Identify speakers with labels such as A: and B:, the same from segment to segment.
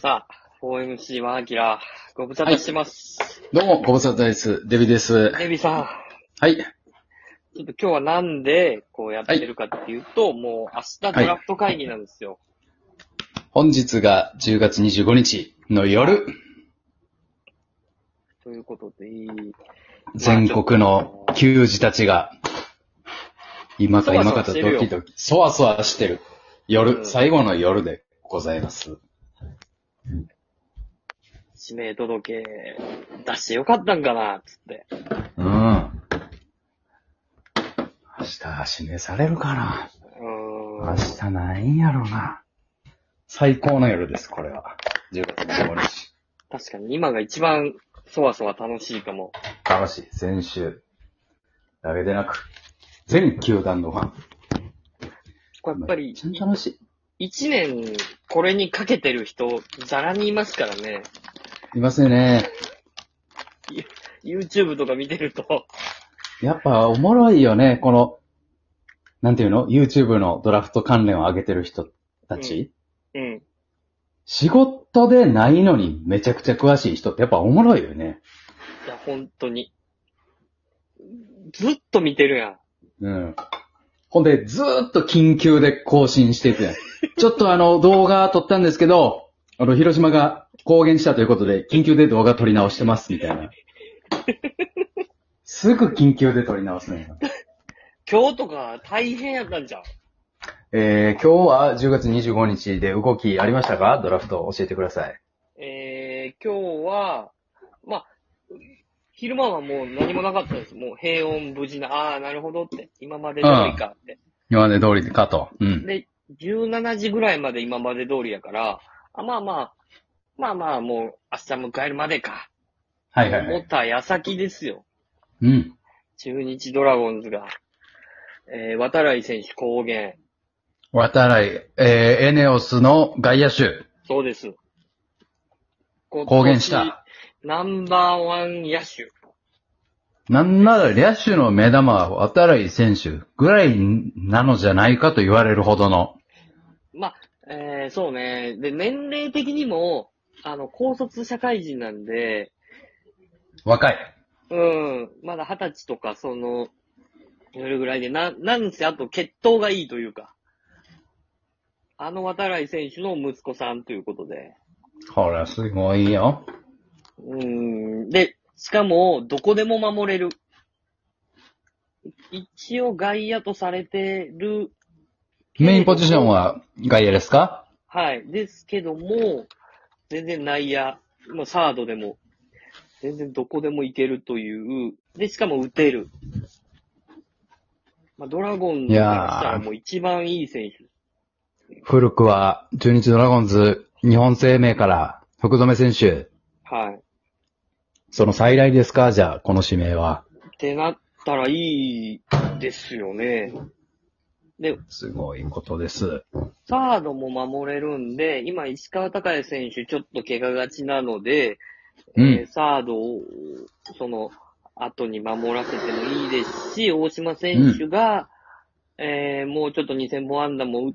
A: さあ、OMC ワーキラー、ご無沙汰してます。
B: どうも、ご無沙汰です。デビです。
A: デビさん、
B: はい。
A: ちょっと今日はなんで、こうやってるかっていうと、もう明日ドラフト会議なんですよ。
B: 本日が10月25日の夜、
A: ということで、
B: 全国の球児たちが、今か今かとドキドキ、そわそわしてる。夜、
A: うん
B: 最後の夜でございます。
A: 指名届け出してよかったんかな、つって。
B: うん。明日、指名されるかな
A: うー
B: 明
A: ん。
B: 日ないんやろな。最高の夜です、これは。10月25日。
A: 確かに今が一番そわそわ楽しいかも。
B: 楽しい。先週。だけでなく、全球団のファン。
A: こうやっぱり、
B: ちゃんと楽しい。
A: 一年これにかけてる人、ざらにいますからね。
B: いますよね。
A: YouTube とか見てると、
B: やっぱおもろいよね、この、なんていうの ?YouTube のドラフト関連を上げてる人たち。
A: うんうん。
B: 仕事でないのにめちゃくちゃ詳しい人ってやっぱおもろいよね。
A: いや、本当に。ずっと見てるやん。
B: うん。ほんで、ずーっと緊急で更新していくや ん。ちょっとあの、動画撮ったんですけど、あの、広島が公言したということで、緊急で動画撮り直してます、みた いな。すぐ緊急で撮り直すね。
A: 今日とか大変やったんじゃん。
B: えー、今日は10月25日で動きありましたかドラフト教えてください。
A: えー、今日は、まあ、昼間はもう何もなかったです。もう平穏無事な、ああー、なるほどって。今まで通りかって。
B: 今まで通りでかと。うん。
A: で、17時ぐらいまで今まで通りやから、あまあまあ、まあまあもう明日迎えるまでか。
B: はいはいは
A: 思っ
B: い。
A: た矢先ですよ。
B: うん。
A: 中日ドラゴンズが、えー、渡来選手公言。
B: 渡来、えー、エネオスの外野手、
A: そうです。
B: 公言した。。
A: ナンバーワン野手。
B: なんなら、野手の目玉は渡来選手ぐらいなのじゃないかと言われるほどの。
A: まあ、えー、そうね。で、年齢的にも、あの、高卒社会人なんで、
B: 若い。
A: うん、まだ二十歳とか、その、それぐらいで、な、なんせあと血統がいいというか、あの渡来選手の息子さんということで、
B: ほら、すごいよ。
A: うん、で、しかも、どこでも守れる。一応外野とされてる。
B: メインポジションは外野ですか
A: はい。ですけども、全然内野、まあ、サードでも、全然どこでも行けるという、で、しかも打てる。まあ、ドラゴンズからしたらもう一番いい選手。
B: 古くは、中日ドラゴンズ、日本生命から、福留選手。
A: はい。
B: その再来ですかじゃあ、この指名は。
A: ってなったらいいですよね。で、
B: すごいことです。
A: サードも守れるんで、今石川昂也選手ちょっと怪我がちなので、
B: うん
A: えーサードを、その、後に守らせてもいいですし、大島選手が、えーもうちょっと2000本安打も打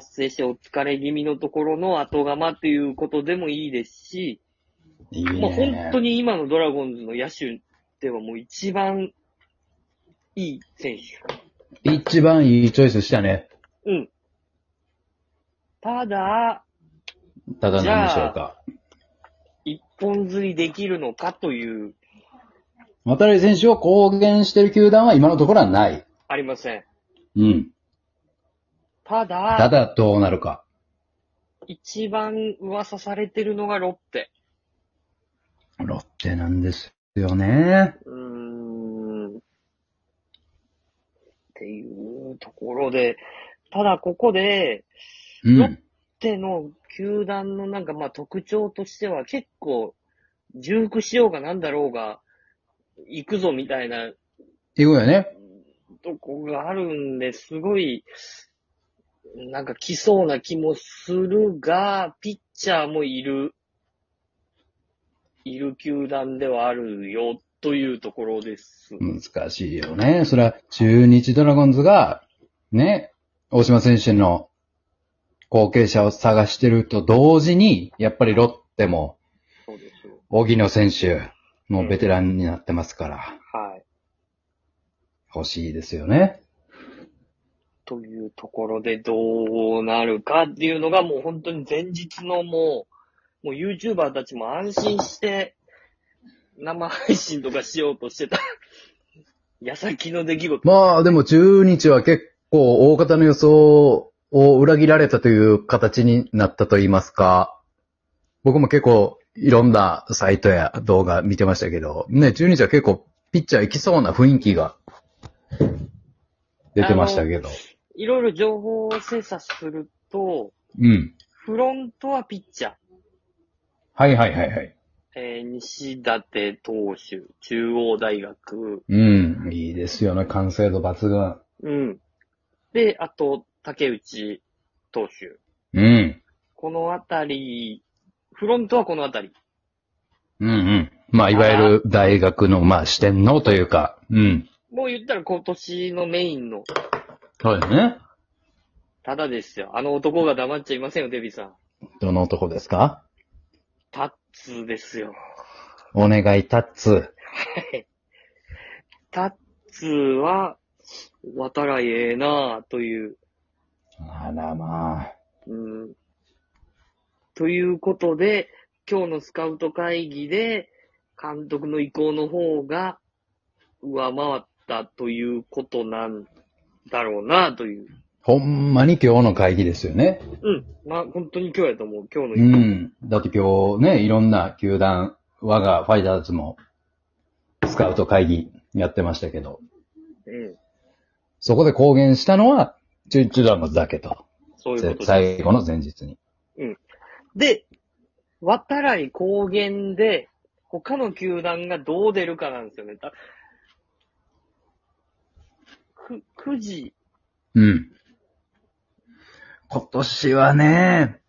A: 達成してお疲れ気味のところの後釜っていうことでもいいですし、
B: いい
A: もう本当
B: に。
A: に今のドラゴンズの野手ではもう一番いい選手。
B: 一番いいチョイスしたね。
A: うん。ただ、
B: ただ何でしょう
A: じ
B: か。
A: 一本釣りできるのかという、
B: 渡辺選手を公言してる球団は今のところはない。
A: ありません。
B: うん。
A: ただ、
B: ただどうなるか。
A: 一番噂されてるのがロッテ。
B: ロッテなんですよね。
A: うーん。っていうところで、ただここで、
B: う
A: ロッ
B: ん。
A: ロッテの球団のなんかまあ特徴としては結構、重複しようがなんだろうが、行くぞみたいな
B: 行くよね。
A: とこがあるんで、すごい、なんか来そうな気もするが、ピッチャーもいる、いる球団ではあるよ、というところです。
B: 難しいよね。それは中日ドラゴンズが、ね、大島選手の後継者を探してると同時に、やっぱりロッテも、
A: そうですよ。
B: 荻野選手、もうベテランになってますから、
A: はい。
B: 欲しいですよね。
A: というところでどうなるかっていうのがもう本当に前日のもう、もう YouTuber たちも安心して生配信とかしようとしてた矢先の出来事。
B: まあでも10日は結構大方の予想を裏切られたという形になったと言いますか、僕も結構いろんなサイトや動画見てましたけど、ね、10日は結構ピッチャー行きそうな雰囲気が出てましたけど。
A: いろいろ情報を精査すると、
B: うん。
A: フロントはピッチャー、
B: はいはいはいはい。
A: えー西舘投手、中央大学、
B: うん。いいですよね。完成度抜群。
A: うん。で、あと、竹内投手。
B: うん。
A: このあたり、フロントはこのあたり。
B: うんうん。まあ、いわゆる大学の、まあ、四天王というか。うん。
A: もう言ったら今年のメインの、
B: そうですね。
A: ただですよ。あの男が黙っちゃいませんよ、デビさん。
B: どの男ですか
A: タッツですよ。
B: お願い、タッツ。
A: タッツは、渡らええなあという、
B: あらまあ。
A: うん。ということで、今日のスカウト会議で、監督の意向の方が、上回ったということなんだろうなあという。
B: ほんまに今日の会議ですよね。
A: うん。まあ、本当に今日やと思う。今日の意
B: う
A: 向。
B: ん。だって今日ね、いろんな球団、我がファイターズも、スカウト会議やってましたけど、
A: うん。
B: そこで公言したのは、チュンチュラムだけと。
A: そういうことです。
B: 最後の前日に。
A: で、渡来高原で、他の球団がどう出るかなんですよね。たく、9時、
B: うん。今年はね、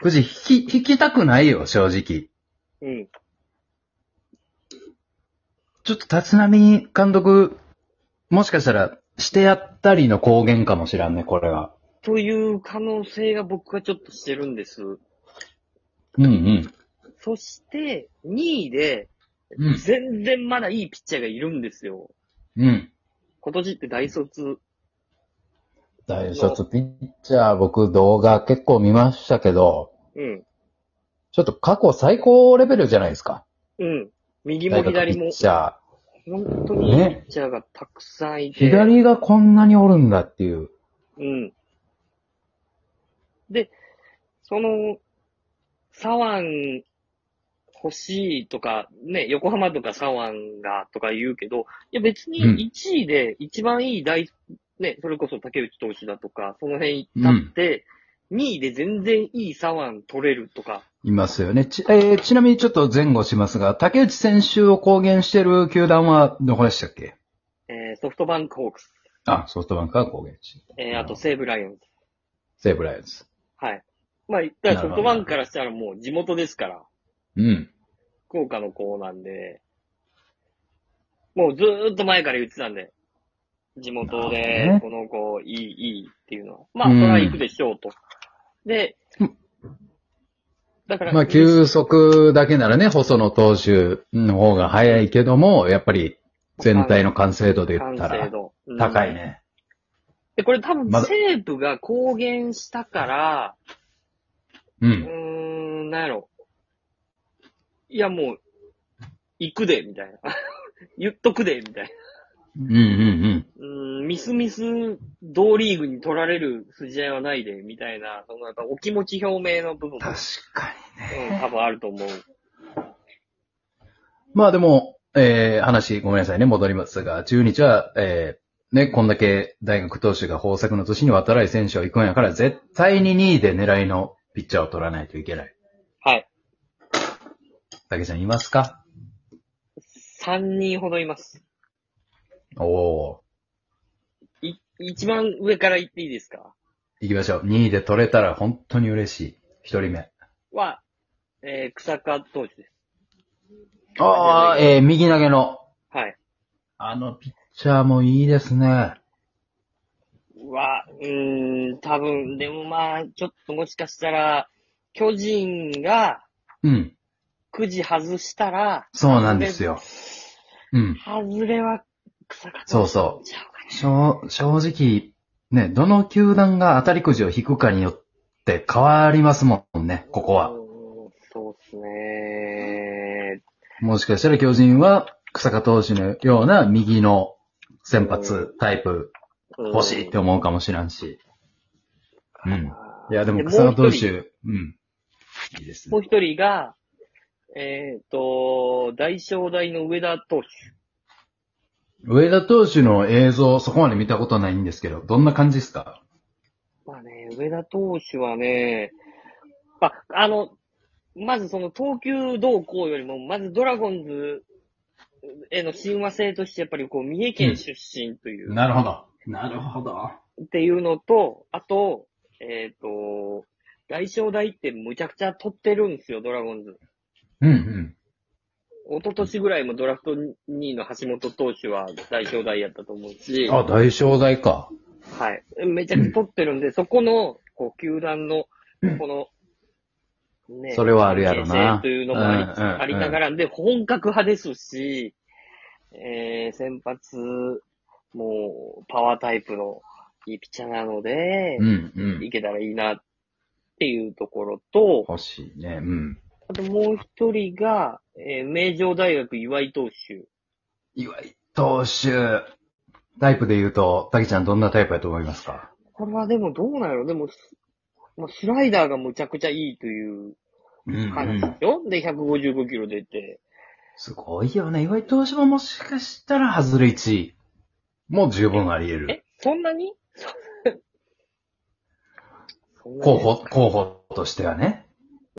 B: くじ引き、引きたくないよ、正直。
A: うん、
B: ちょっと立浪監督、もしかしたら、してやったりの公言かもしらんね、これは。
A: という可能性が僕はちょっとしてるんです。
B: うんうん。
A: そして、2位で、
B: うん
A: 全然まだいいピッチャーがいるんですよ。
B: うん。
A: 今年って大卒。
B: 大卒ピッチャー、僕動画結構見ましたけど、
A: うん、
B: ちょっと過去最高レベルじゃないですか。
A: うん。右も
B: 大学
A: 左
B: ピ
A: も
B: ッ、チャ
A: 本当にいいピッチャーがたくさんい
B: ー。
A: て。
B: 左がこんなにおるんだっていう。
A: うん。で、その、左腕欲しいとか、ね、横浜とか左腕がとか言うけど、いや別に
B: うん
A: 1位で一番いい大、ね、それこそ竹内投手だとか、その辺行ったって、2位で全然いい左腕取れるとか、
B: いますよね。ち、えーちなみにちょっと前後しますが、竹内選手を公言してる球団はどこでしたっけ
A: えー、ソフトバンクホークス、
B: あ、ソフトバンクは公言して
A: えー、あと西武ライオンズ。
B: セーブライオンズ。
A: はい。まあ言ったらソフトバンクからしたらもう地元ですから。
B: うん。
A: 福岡の子なんで、もうずーっと前から言ってたんで、地元
B: な
A: で
B: る、
A: この子、いい、いいっていうのは。まあ、
B: う
A: そ
B: ん
A: れは行くでしょうと。で
B: うん、
A: だから、
B: まあ、球速だけならね、細野投手の方が早いけども、やっぱり全体の完成度で言
A: 完
B: った
A: 成
B: ら
A: 度。うん
B: 高い。ね。
A: で、これ多分
B: まだ
A: 西武が公言したから、
B: う。
A: うんーん、なんやろ。いや、もう、行くで、みたいな。 言っとくで、みたいな。
B: うんうんうん。
A: うーんミスミス同リーグに取られる筋合いはないで、みたいな、そのやっぱお気持ち表明の部分も、
B: 確かにね。
A: うん、多分あると思う。
B: まあでも、えー、話、ごめんなさいね、戻りますが、中日は、えー、ね、こんだけ大学投手が豊作の年に渡来選手を行くんやから、絶対に2位で狙いのピッチャーを取らないといけない。
A: はい。
B: 竹ちゃんいますか
A: 3人ほどいます。
B: おお
A: い、一番上から言っていいですか
B: ー行きましょう。2位で取れたら本当に嬉しい。1人目。
A: は、えー、草加投手です。
B: ああ、えー、右投げの。
A: はい。
B: あのピッチャーもいいですね。
A: うは、うーん、多分、でもまあ、ちょっともしかしたら、巨人が
B: うん。
A: くじ外したら、
B: そうなんですよ。うん。
A: 外れは草か。
B: そうそう
A: ちゃうか
B: 正正直、ね、どの球団が当たりくじを引くかによって変わりますもんね、ここ
A: な。
B: は
A: う。ーんそうっすね。
B: もしかしたら巨人は、草加投手のような右の先発タイプ
A: うん
B: 欲しいって思うかもしらんし。うん。いや、でも
A: もう
B: 草加投
A: 一人
B: 手、うん。いいです
A: も
B: ね
A: う。一人が、えっ、と、大正大の上田投手。
B: 上田投手の映像、そこまで見たことないんですけど、どんな感じですか
A: まあね、上田投手はね、まあ、あの、まずその投球動向よりも、まずドラゴンズへの親和性として、やっぱりこう、三重県出身という、
B: るほど。なるほど。
A: っていうのと、あと、えっ、と、大正大ってむちゃくちゃ取ってるんですよ、ドラゴンズ。
B: うんうん。
A: 一昨年ぐらいもドラフト2位の橋本投手は大正大やったと思うし。
B: あ、大正大か。
A: はい。めちゃくちゃ取ってるんで、そこの、こう、球団の、この、ね
B: それはあるやろな
A: 関係性というのもあり,、
B: うんうんうん
A: ありながらんで、本格派ですし、えー、先発、もう、パワータイプのいいピッチャーなので
B: う、んうん
A: い。けたらいいなっていうところと、
B: 欲しいね。うん。
A: あともう一人が、えー、名城大学岩井投手。
B: 岩井投手。タイプで言うと、たけちゃんどんなタイプやと思いますか
A: これはでもどうなんやろでも、まあスライダーがむちゃくちゃいいという
B: うん、
A: 話でしょで、155キロ出て。
B: すごいよね。岩井投手ももしかしたら外れ1位。もう十分あり得る。
A: え、そんな にそそんなに
B: 候補、候補としてはね。